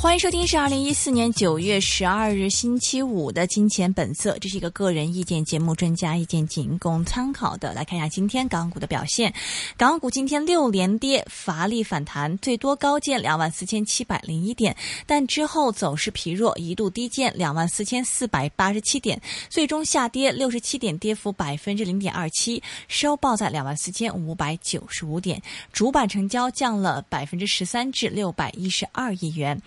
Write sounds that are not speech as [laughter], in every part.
欢迎收听是二零一四年九月十二日星期五的《金钱本色》，这是一个个人意见节目，专家意见仅供参考的。来看一下今天港股的表现，港股今天六连跌，乏力反弹，最多高见两万四千七百零一点，但之后走势疲弱，一度低见两万四千四百八十七点，最终下跌六十七点，跌幅百分之零点二七，收报在两万四千五百九十五点，主板成交降了百分之十三至六百一十二亿元。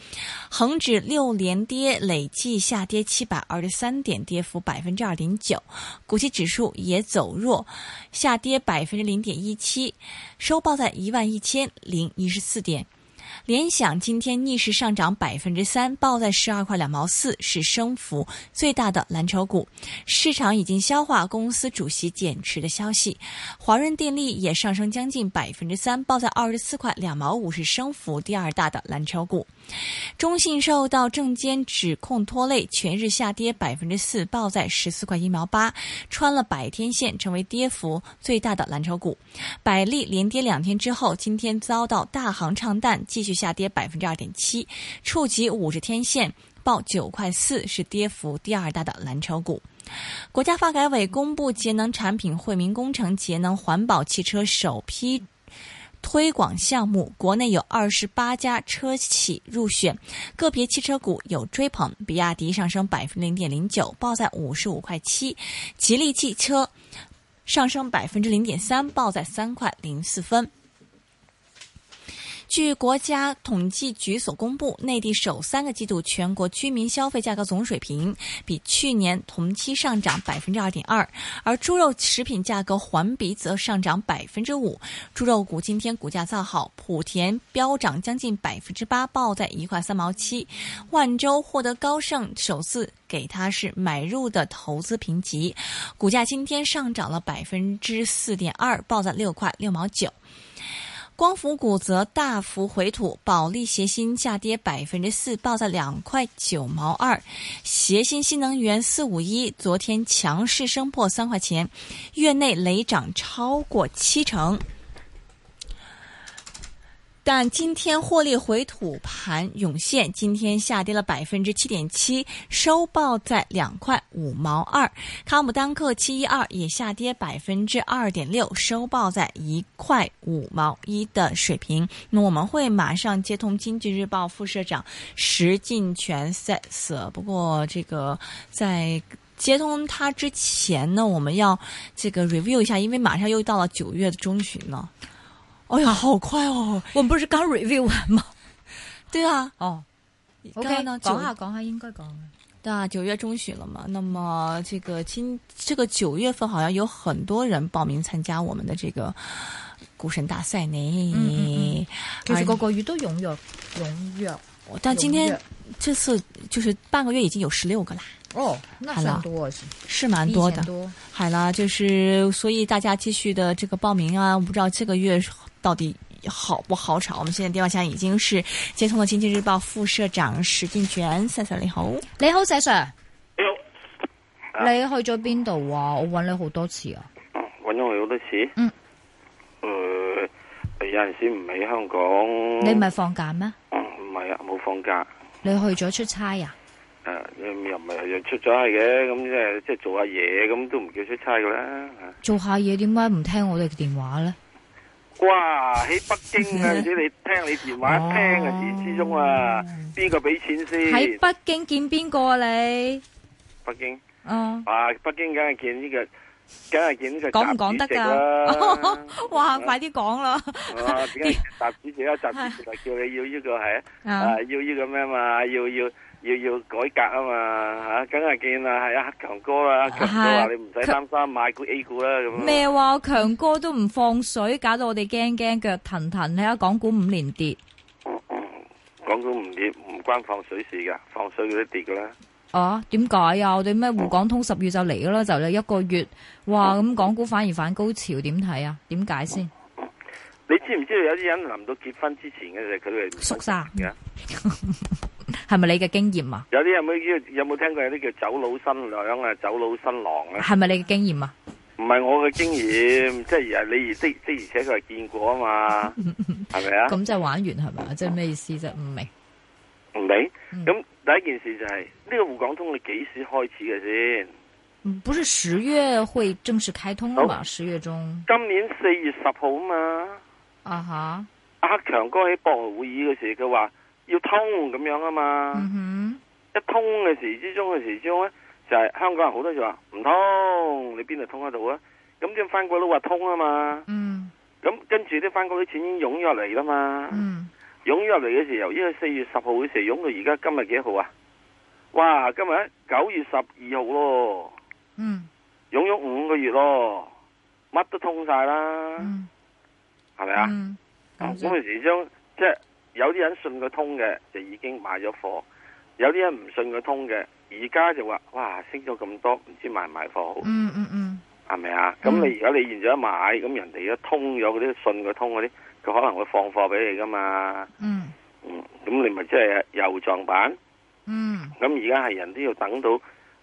恒指六连跌，累计下跌七百二十三点，跌幅百分之二点九。国企指数也走弱，下跌百分之零点一七，收报在一万一千零一十四点。联想今天逆势上涨百分之三，报在十二块两毛四，是升幅最大的蓝筹股。市场已经消化公司主席减持的消息。华润电力也上升将近百分之三，报在二十四块两毛五，是升幅第二大的蓝筹股。中信受到证监指控拖累，全日下跌百分之四，报在十四块一毛八，穿了百天线，成为跌幅最大的蓝筹股。百利连跌两天之后，今天遭到大行唱淡，继续下跌百分之二点七，触及五十天线，报九块四，是跌幅第二大的蓝筹股。国家发改委公布节能产品惠民工程节能环保汽车首批。推广项目，国内有二十八家车企入选，个别汽车股有追捧，比亚迪上升百分之零点零九，报在五十五块七；吉利汽车上升百分之零点三，报在三块零四分。据国家统计局所公布，内地首三个季度全国居民消费价格总水平比去年同期上涨百分之二点二，而猪肉食品价格环比则上涨百分之五。猪肉股今天股价造好，莆田飙涨将近百分之八，报在一块三毛七；万州获得高盛首次给它是买入的投资评级，股价今天上涨了百分之四点二，报在六块六毛九。光伏股则大幅回吐，保利协鑫下跌百分之四，报在两块九毛二；协鑫新能源四五一昨天强势升破三块钱，月内累涨超过七成。但今天获利回吐盘涌现，今天下跌了百分之七点七，收报在两块五毛二。康姆丹克七一二也下跌百分之二点六，收报在一块五毛一的水平。那我们会马上接通经济日报副社长石进全 Seth，不过这个在。接通他之前呢，我们要这个 review 一下，因为马上又到了九月的中旬了。哎呀，好快哦！我們不是剛 review 完嗎？对啊，哦而家呢九講下講下應該講嘅。对啊，九月中旬了嘛。那么这个今这个九月份好像有很多人报名参加我们的这个股神大赛呢。嗯嗯其而實個個月都踴躍踴躍。但今天踴躍这次就是半个月已经有十六个啦，哦，那係啦算多啊，是蛮比以多前的。多好啦，就是所以大家继续的这个报名啊，我不知道这个月到底好不好炒。我们现在电话线已经是接通了《经济日报》副社长石进全，赛赛你好。你好，石 Sir，你好，啊你去咗邊度啊？我揾你好多次啊。揾咗佢好多次。嗯。诶、呃有阵时唔喺香港。你唔係放假咩？嗯？唔係啊，冇放假。你去咗出差啊？诶、又唔係又出咗去嘅，咁即係即係做下嘢，咁都唔叫出差噶啦。啊做下嘢點解唔聽我哋嘅電話咧？哇！喺北 [laughs] 京啊，即係你聽你電話哦聽啊，時之中啊，邊個俾錢先？喺北京見邊個啊你？北京，啊，啊，北京梗係見呢、個，梗係見呢個講唔講得㗎？㗎？ [laughs] 哇，快啲講啦！啊，點解習主席啊？習主席就叫你要呢個係啊啊，要呢個咩嘛？要要要要改革啊嘛嚇，梗係見啦，係啊，黑強哥啦，黑強哥話係你唔使擔心買股 A 股啦咁。咩話？強哥都唔放水，搞到我哋驚驚腳騰騰。睇下港股五連跌，港股唔跌，唔關放水事㗎，放水佢都跌㗎啦。啊？點解啊？我哋咩滬港通十月就嚟㗎啦，哦就嚟一個月。哇！咁港股反而反高潮，點睇啊？點解先？你知唔知道有啲人臨到結婚之前嘅時候，佢哋唔縮沙嘅？係咪你嘅經驗啊？有啲有冇有冇聽過有啲叫走佬新娘啊、走佬新郎啊？係咪你嘅經驗啊？唔係我嘅 [laughs] 經驗，即係而係你而的的而且確係見過啊嘛，係咪啊？咁就玩完係咪啊？即係咩意思啫？唔明。唔理。嗯咁第一件事就係、呢、個滬港通你幾時開始嘅先？嗯不是十月会正式开通了嘛？十月中今年四月十號啊嘛，啊哈，阿克強哥喺博鰲會議嘅時候，佢話要通咁樣啊嘛。嗯一通嘅時之中嘅時之中咧，就係、香港人好多就話唔通，你邊度通得到啊？咁啲番鬼佬話通啊嘛哼，，嗯咁跟住啲番鬼佬錢已經湧咗入嚟啦嘛。嗯，湧咗入嚟嘅時候，由呢個四月十號嘅時候湧到而家今日幾號啊？哇！今日九月十二號咯，嗯湧咗五個月咯，乜都通晒啦，嗯係咪啊？嗯，咁咁就嗰陣時將即係有啲人信佢通嘅，就已經買咗貨；有啲人唔信佢通嘅，而家就話哇升咗咁多，唔知買唔買貨好，嗯嗯嗯係咪啊？咁你而家你現咗買，咁人哋一通咗嗰啲信佢通嗰啲，佢可能會放貨俾你噶嘛。嗯嗯，咁你咪即係又撞板。嗯咁而家係人都要等到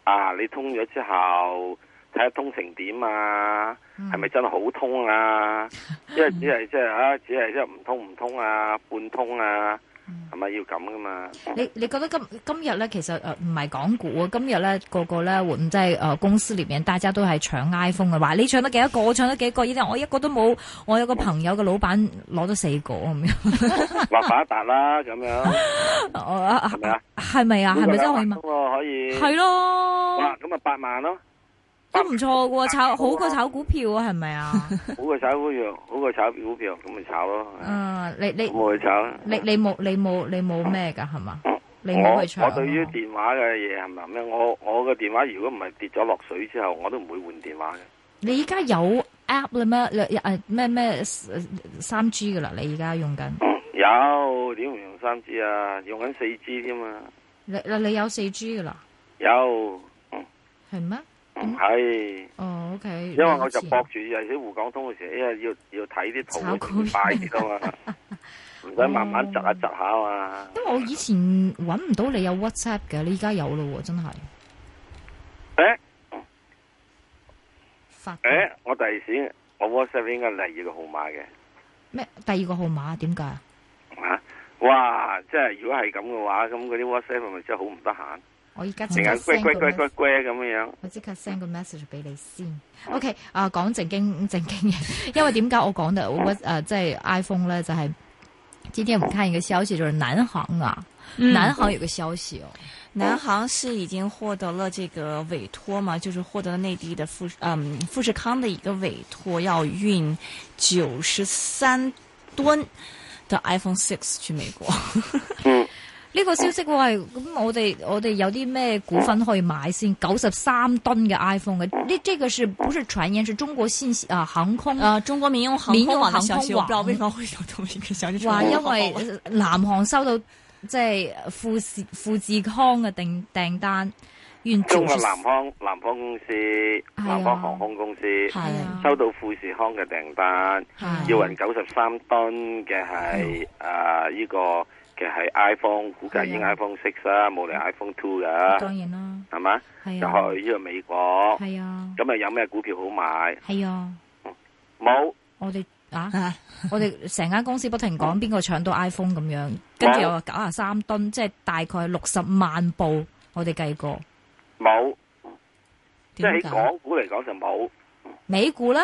啊，你通咗之後睇下通成點啊，嗯，係咪真係好 [laughs] 通啊？因為只係即係啊，只係即係唔通唔通啊，半通啊嗯，係咪要咁噶嘛？你你觉得今今日咧，其實诶唔係港股啊，今日咧個個咧換即係诶公司裏面，大家都係搶 iPhone 啊嘅話，你搶得幾多個？我搶得幾個？依家我一個都冇， [laughs] 我有個朋友嘅老闆攞咗四個咁樣，話發一達啦咁 [laughs] 樣，係咪我啊？係咪啊？係咪真係可以買每？個兩萬通咯可以。係咯，哇，咁啊八 [laughs] 萬咯，都唔錯嘅喎，炒好過炒股票啊，係咪 [laughs] 啊？好過炒股票，好過炒股票，咁咪炒咯。嗯，你你咁我去炒啦。你你冇你冇你冇咩噶係嘛？你我冇去搶啊我對於電話嘅嘢係咪咩？我我嘅電話如果唔係跌咗落水之後，我都唔會換電話嘅。你而家有 app 啦咩？你誒咩咩三 G 噶啦？你而家用緊？有點唔用三 G 啊？用緊四 G 添啊！你你有四 G 噶啦？有係咩？係，哦，OK。因因為我就搏住有啲滬港通嘅時候，因為要要睇炒啲股圖票快啲啊 [laughs] 嘛，唔使慢慢窒下窒下啊嘛。因為我以前揾唔到你有 WhatsApp 嘅，你而家有咯喎，真係誒發覺誒，我第二時我 WhatsApp 應該係第二個號碼嘅咩？第二個號碼點解啊？嚇。哇！即係如果係咁嘅話，咁嗰啲 WhatsApp 係咪真係好唔得閒，我而家即成刻日哦 send 龜龜個龜龜龜咁樣樣。我即刻 send 個 message 俾你先。OK，啊，講正經正經嘢， [laughs] 因為點解我講得我誒即係 iPhone 咧，就係、今天我们看一個消息，就是南航啊，嗯南航有個消息哦，南航是已经获得了这个委托嘛，就是获得了内地的富嗯富士康的一个委托，要运九十三吨的 iPhone Six 去美国。呢、個消息喂，咁我哋我哋有啲咩股份可以買先？九十三噸嘅 iPhone 嘅，呢這個是不是傳言？是中國信息啊航空 [laughs] 呃，中国民用航空网的消息，民用我不知道航空网为什么会有这么一个消息出来。話因為南航收到即係富士富士康嘅訂訂單，願中做國南方南方公司、啊南方航空公司係啊收到富士康嘅訂單，係要運九十三噸嘅係誒呢個嘅係 iPhone，估計已經係啊 iPhone Six 啦，冇理由 iPhone Two 噶，當然啦，係嘛？就係啊。去呢個美國，系啊，咁啊有咩股票好買？系啊，冇，我哋啊，啊，我哋成間公司不停講邊個搶到 iPhone 咁樣，跟住又話九啊三噸，即係大概六十萬部，我哋計過。冇，即點係喺解港股嚟講就冇，美股咧，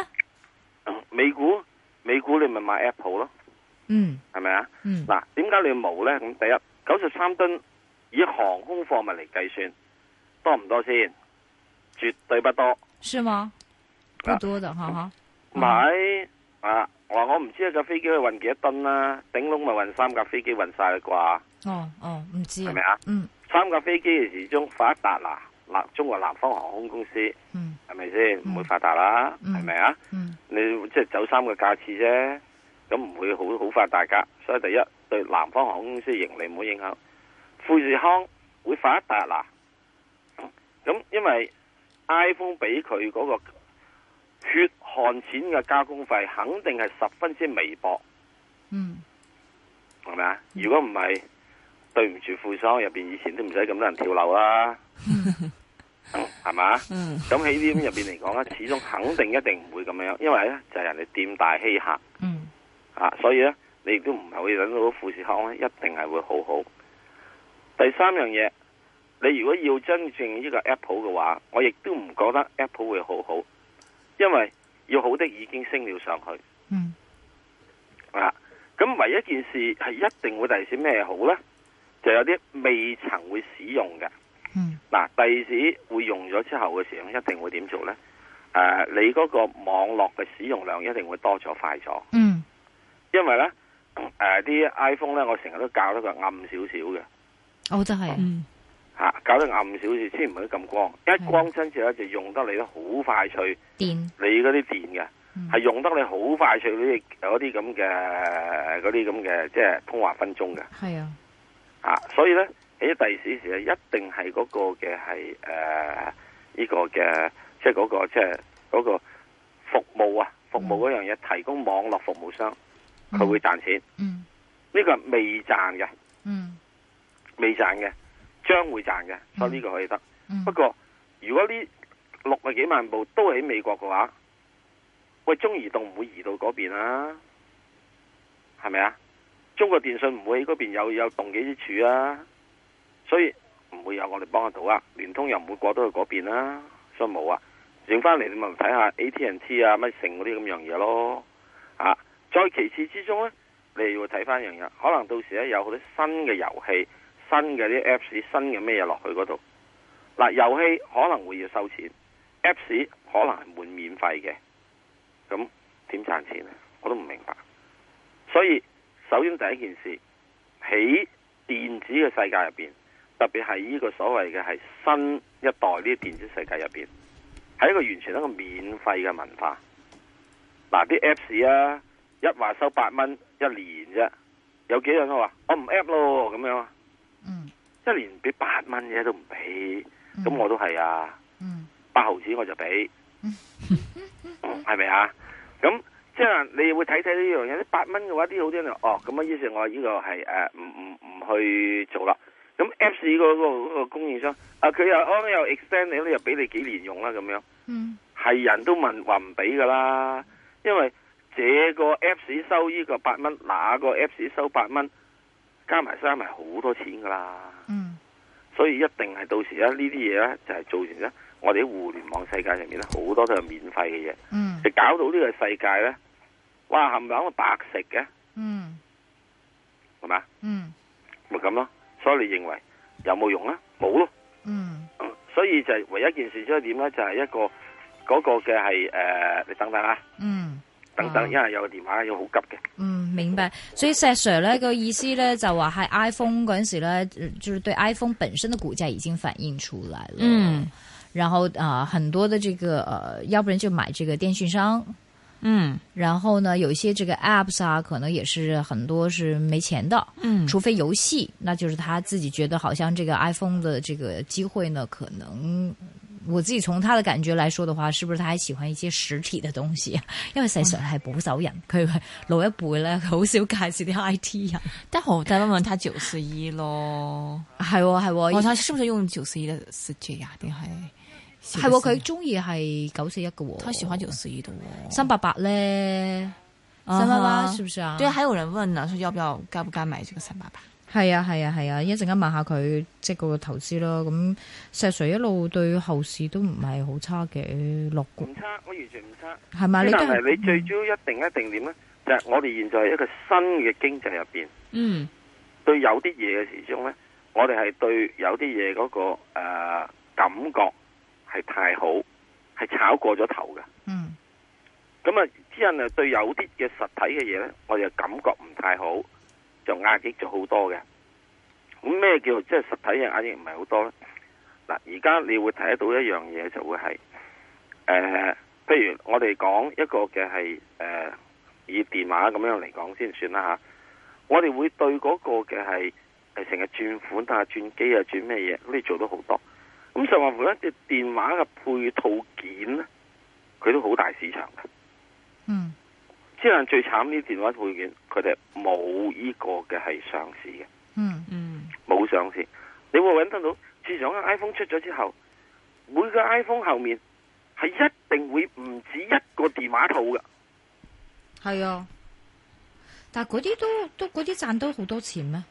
美股美股你咪買 Apple 咯，嗯係咪啊？嗯嗱，點解你冇呢？咁第一，九十三噸以航空貨物嚟計算，多唔多先？絕對不多，是嗎？不多的，哈哈。唔係啊！我話我唔知一架飛機可以運幾多噸啦、頂籠咪運三架飛機運晒佢啩，哦哦，唔知係啊咪。啊？嗯三架飛機嘅時鐘發達嗱，嗱中國南方航空公司嗯係咪先？嗯唔會發達啦，嗯係咪啊？嗯你即係走三個架次啫，咁唔會好好發達噶。所以第一對南方航空公司盈利冇影響，富士康會發一達嗱。咁因為 iPhone 俾佢嗰個血汗錢嘅加工費，肯定係十分之微薄，嗯係咪啊？如果唔係，對唔住富商入邊以前都唔使咁多人跳樓啦，係嘛？嗯咁喺呢啲入邊嚟講咧，始終肯定一定唔會咁樣，因為咧就係、人哋店大欺客嗯啊，所以咧你亦都唔係會等到富士康咧，啊一定係會好好。第三樣嘢，你如果要真正呢個 Apple 嘅話，我亦都唔覺得 Apple 會好好，因為要好的已經升了上去。嗯啊，咁唯一一件事係一定會第時咩好呢？就有啲未曾會使用嘅，嗯嗱、第時會用咗之後嘅時候，一定會點做呢？誒、你嗰個網絡嘅使用量一定會多咗快咗，嗯因為呢誒啲、iPhone 呢，我成日都教得佢暗少少嘅，哦真係嗯嚇、教得暗少少，先唔好咁光，一光親之後呢，就用得你都好快脆，電你嗰啲電嘅。嗯係用得你好快脆嗰啲嗰啲咁嘅嗰啲咁嘅即係通話分鐘嘅，係啊啊，所以咧喺第時時咧，一定係嗰個嘅係誒呢個嘅，即係嗰個即係嗰個服務啊，服務嗰樣嘢提供網絡服務商，佢會賺錢。嗯呢個係未賺嘅，嗯未賺嘅，將會賺嘅，所以呢個可以得。嗯不過如果呢六啊幾萬部都喺美國嘅話，喂，中移動唔會移到嗰邊啦，係咪啊？中國電信唔會喺嗰邊有有動幾之處啊，所以唔會有我哋幫得到啊。聯通又唔會過到去嗰邊啦，所以冇啊。剩翻嚟你咪睇下 AT&T 啊，乜剩嗰啲咁樣嘢咯，啊！再其次之中呢，你要睇翻一樣嘢，可能到時咧有好多新嘅遊戲、新嘅啲 Apps、新嘅咩嘢落去嗰度。嗱，遊戲可能會要收錢，Apps 可能係滿免費嘅，咁點賺錢啊？我都唔明白。所以首先第一件事，喺電子嘅世界入邊，特別係呢個所謂嘅係新一代呢啲電子世界入邊，係一個完全一個免費嘅文化。嗱，啲 Apps 啊，一話收八蚊一年啫，有幾樣都話我唔 App 咯咁樣啊，嗯一年俾八蚊嘢都唔俾。嗯咁我都係啊，嗯八毫子我就俾，係咪啊？咁即係你會睇睇呢樣嘢，八蚊嘅話啲好啲人就哦，咁啊，於是我呢個係誒唔唔唔去做啦。咁 Apps 嗰個嗰個供應商啊，佢又哦又 extend 你，你又俾你幾年用啦咁樣，嗯係人都問話唔俾噶啦，因為這個 Apps 收呢個八蚊，那個 Apps 收八蚊，加埋加埋好多錢噶啦。嗯所以一定係到時啊咧，呢啲嘢咧就係造成咧，我哋喺互聯網世界上面咧，啊好多都係免費嘅嘢，嗯就搞到呢個世界咧，哇冚唪唥都白食嘅，嗯係嘛？嗯咪咁咯。所以你認為有冇用啊？冇咯。嗯嗯所以就係唯一一件事，即係點咧？就係、一個嗰、個嘅係誒，你等等啊，嗯。等等，啊因為有個電話要好急嘅。嗯，明白。所以石 Sir 呢個意思呢，就話喺 iPhone 嗰陣時呢，就是对 iPhone 本身的股價已經反映出來了。嗯，然後啊、呃很多的这个呃，要不然就买这个电讯商，嗯然后呢，有一些这个 apps 啊，可能也是很多是没钱的，嗯除非游戏，那就是他自己觉得好像这个 iPhone 的这个机会呢，可能我自己从他的感觉来说的话，是不是他还喜欢一些实体的东西？因为細 Sir 係保守人，佢係老一輩咧，佢好少介紹啲 IT 人。待会儿我再问问他九四一咯。係喎係哦，喎，他是不是用九四一的四 G 呀？定系係喎，佢中意係九四一嘅喎，他喜歡九四一的哦。三八八咧，啊三八哈八是不是啊？对，还有人问呢，说要不要该不该买这个三八八？係啊係啊係啊，一陣間問下佢即係個投資咯。咁石 Sir 一路對後市都唔係好差嘅，樂觀唔差，我完全唔差。係咪？但你都係你最嗯主要一定一定點咧？就係、我哋現在係一個新嘅經濟入邊。嗯對有啲嘢嘅時鐘呢，我哋係對有啲嘢嗰個誒、呃感覺係太好，係炒過咗頭嘅。嗯咁啊，之後啊對有啲嘅實體嘅嘢呢，我哋感覺唔太好，就壓抑咗好多嘅。咁咩叫即係實體嘅壓抑唔係好多呢？嗱，而家你會睇得到一樣嘢，就會係誒、呃譬如我哋講一個嘅係誒，以電話咁樣嚟講先算啦嚇。我哋會對嗰個嘅係誒成日轉款啊、轉機啊、轉咩嘢，我哋做到好多。咁甚至乎一隻電話嘅配套件呢，佢都好大市場嘅。嗯之但最慘呢啲電話配件，佢哋冇呢個嘅係上市嘅，嗯嗯冇上市。你會揾得到，自從啊 iPhone 出咗之後，每個 iPhone 後面係一定會唔止一個電話套嘅。係啊，但係嗰啲都都嗰啲賺到好多錢咩？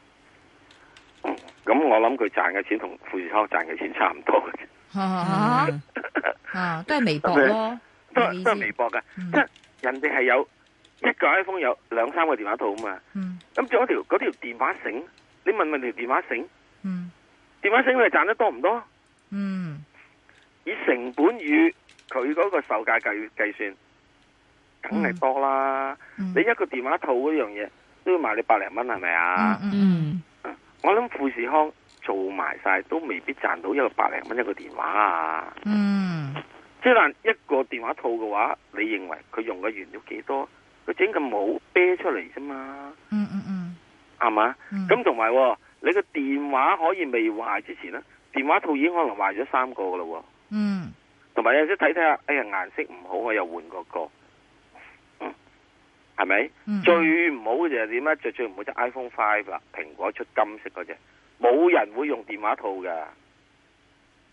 咁我諗佢賺嘅錢同富士康賺嘅錢差唔多嘅啫，啊嗯啊，都係微博咯，都你係意都思係微博嘅，嗯即係人哋係有一個 iPhone 有兩三個電話套啊嘛。嗯咁仲有條嗰條電話繩，你問問條電話繩，嗯電話繩你係賺得多唔多？嗯以成本與佢嗰個售價計計算，梗係多啦。嗯，你一個電話套嗰樣嘢都要賣你百零蚊，係咪啊？嗯嗯嗯我諗富士康做埋晒都未必賺到一個百零蚊一個電話啊！嗯即係但一個電話套嘅話，你認為佢用嘅原料幾多？佢整個模啤出嚟啫嘛，嗯嗯嗯係嘛？嗯，咁同埋喎你個電話可以未壞之前呢，電話套已經可能壞咗三個噶啦喎。嗯同埋有時睇睇下，哎呀顏色唔好，我又換過個，嗯係咪？嗯最唔好嘅就係點咧？就最唔好就 iPhone Five 啦，蘋果出金色嗰只，冇人會用電話套噶，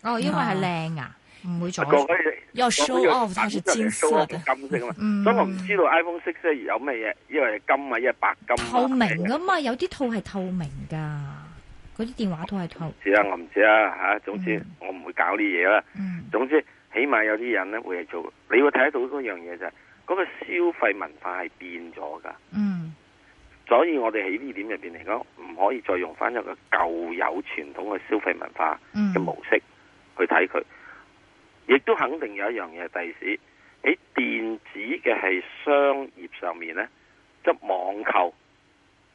哦，因為係靚啊，唔會阻個個住，都要 show off 它是金色的，金色啊嘛。嗯所以我唔知道 iPhone Six 咧有咩嘢，因為係金啊，因為白金啊透明噶嘛，有啲套係透明噶，嗰啲電話套係透，知啊啦，我唔知啦吓。總之嗯我唔會搞呢嘢啦。嗯總之起碼有啲人咧會係做，你會睇得到嗰樣嘢就係嗰個消費文化係變咗噶。嗯所以我哋喺呢點入邊嚟講，唔可以再用翻一個舊有傳統嘅消費文化嗯嘅模式去睇佢，亦都肯定有一樣嘢，第時喺電子嘅係商業上面呢，即係網購、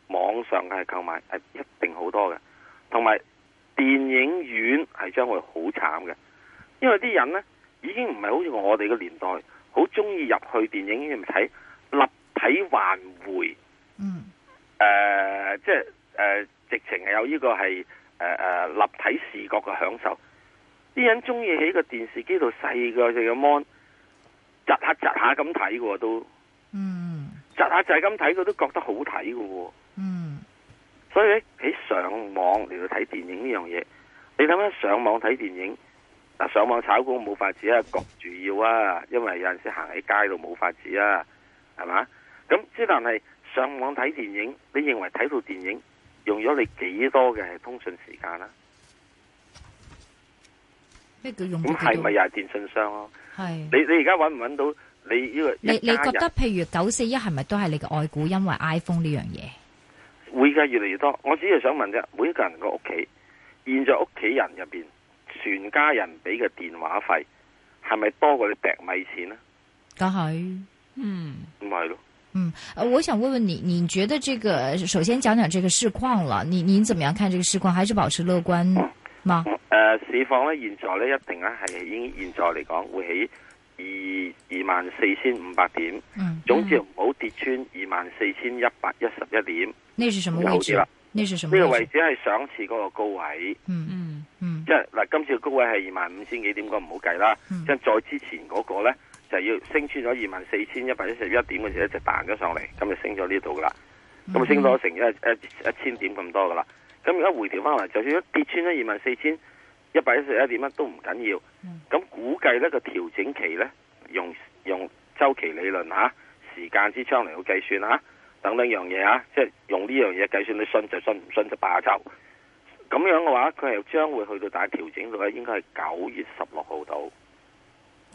網上嘅購買係一定好多嘅，同埋電影院係將會好慘嘅，因為啲人呢已經唔係好似我哋嘅年代，好中意入去電影院睇立體環回。嗯誒、呃即係誒、直情係有呢個係誒誒呃立體視覺嘅享受。啲人中意喺個電視機度細個隻嘅 mon，窒下窒下咁睇嘅喎，都嗯窒下窒下咁睇，佢都覺得好睇嘅喎。嗯所以咧喺上網嚟到睇電影呢樣嘢，你諗下上網睇電影，嗱上網炒股冇法子啊，焗住要啊，因為有陣時行喺街度冇法子啊，係嘛？咁之但係上網睇電影，你認為睇套電影用咗你幾多嘅係通訊時間啦？啊咩叫用咁咗幾係多咪？又係電信商咯？係你你而家揾唔揾到你呢個你一你家覺得人譬如九四一係咪都係你嘅愛股，因為 iPhone 呢樣嘢？會嘅越嚟越多？我只係想問啫，每一個人個屋企，現在屋企人入邊全家人俾嘅電話費係咪多過你掟米錢呢？梗係。嗯唔係咯，嗯，呃，我想问问你，你觉得这个首先讲讲这个市况了，你您怎么样看这个市况？还是保持乐观吗？誒、市況咧，現在咧一定咧係已經現在嚟講會喺二二萬四千五百點，嗯，總之唔好跌穿二萬四千一百一十一點呢那是什么位有啲置啦？那是什么個位位置？置係上次嗰個高位，嗯嗯嗯即係嗱今次嘅高位係二萬五千幾點，咁唔好計啦。嗯即係再之前嗰個咧就要升穿咗二萬四千一百一十一點嘅時候咧就彈咗上嚟，咁就升咗呢度噶啦。嗯咁啊升咗成一一一千點咁多噶啦。咁而家回調翻嚟，就算一跌穿咗二萬四千一百一十一點啊咧，都唔緊要嗯。咁估計呢個調整期呢，用用周期理論嚇、時間之窗嚟去計算嚇、等等樣嘢嚇，即係用呢樣嘢計算，你信就信，唔信就罷就。咁樣嘅話，佢係將會去到大調整到咧，應該係九月十六號到，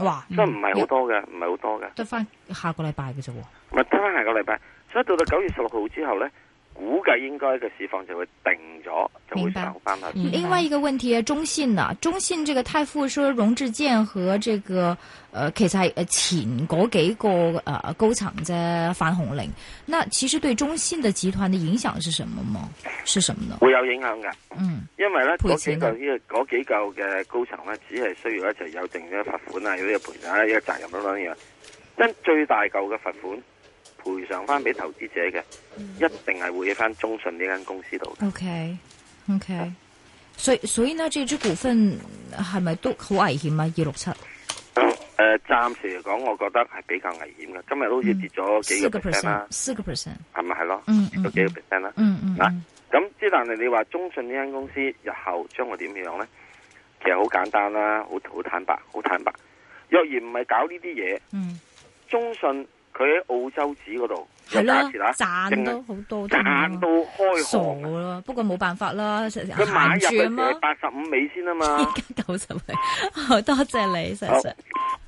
哇，所以唔係好多嘅，唔係好多嘅。得翻下個禮拜嘅啫喎。咪睇翻下個禮拜，所以到到九月十六號之後呢，估計應該個市況就會定咗，就會明白嗯上翻去。明白另外一個問題，中信啊，中信這個泰富說容志健和這個呃，其實係呃前嗰幾個呃高層啫，范鴻齡。那其實對中信的集團的影響是什麼嗎？是什麼呢？會有影響嘅，嗯因為呢嗰賠幾錢個啊呢個嗰幾個嘅高層呢，只係需要一齊有定咗罰款啊，有啲賠償啊，有責任等等嘢。因最大嚿嘅罰款賠償翻俾投資者嘅，嗯一定係會喺翻中信呢間公司度嘅。 ，OK OK，所以所以呢，這支股份係咪都好危險啊？二六七，誒、诶、暫時呃嚟講，我覺得係比較危險嘅。今日好似跌咗幾嗯四個个 percent 啊啦 percent，，四个 percent，係咪係咯？嗯跌嗯咗幾個 percent 啦。嗯嗯，嗱咁之但係你話中信呢間公司日後將會點樣呢？其實好簡單啦，好好坦白，好坦白。若然唔係搞呢啲嘢，嗯，中信佢喺澳洲紙嗰度，系假咯設啦，，赚都好多添啊，賺到開傻行啊，咯，不過冇辦法啦，行佢買入住啊去嘛，八十五美先啊嘛。 [laughs] 哦依家九十位，好多謝你，石好 Sir。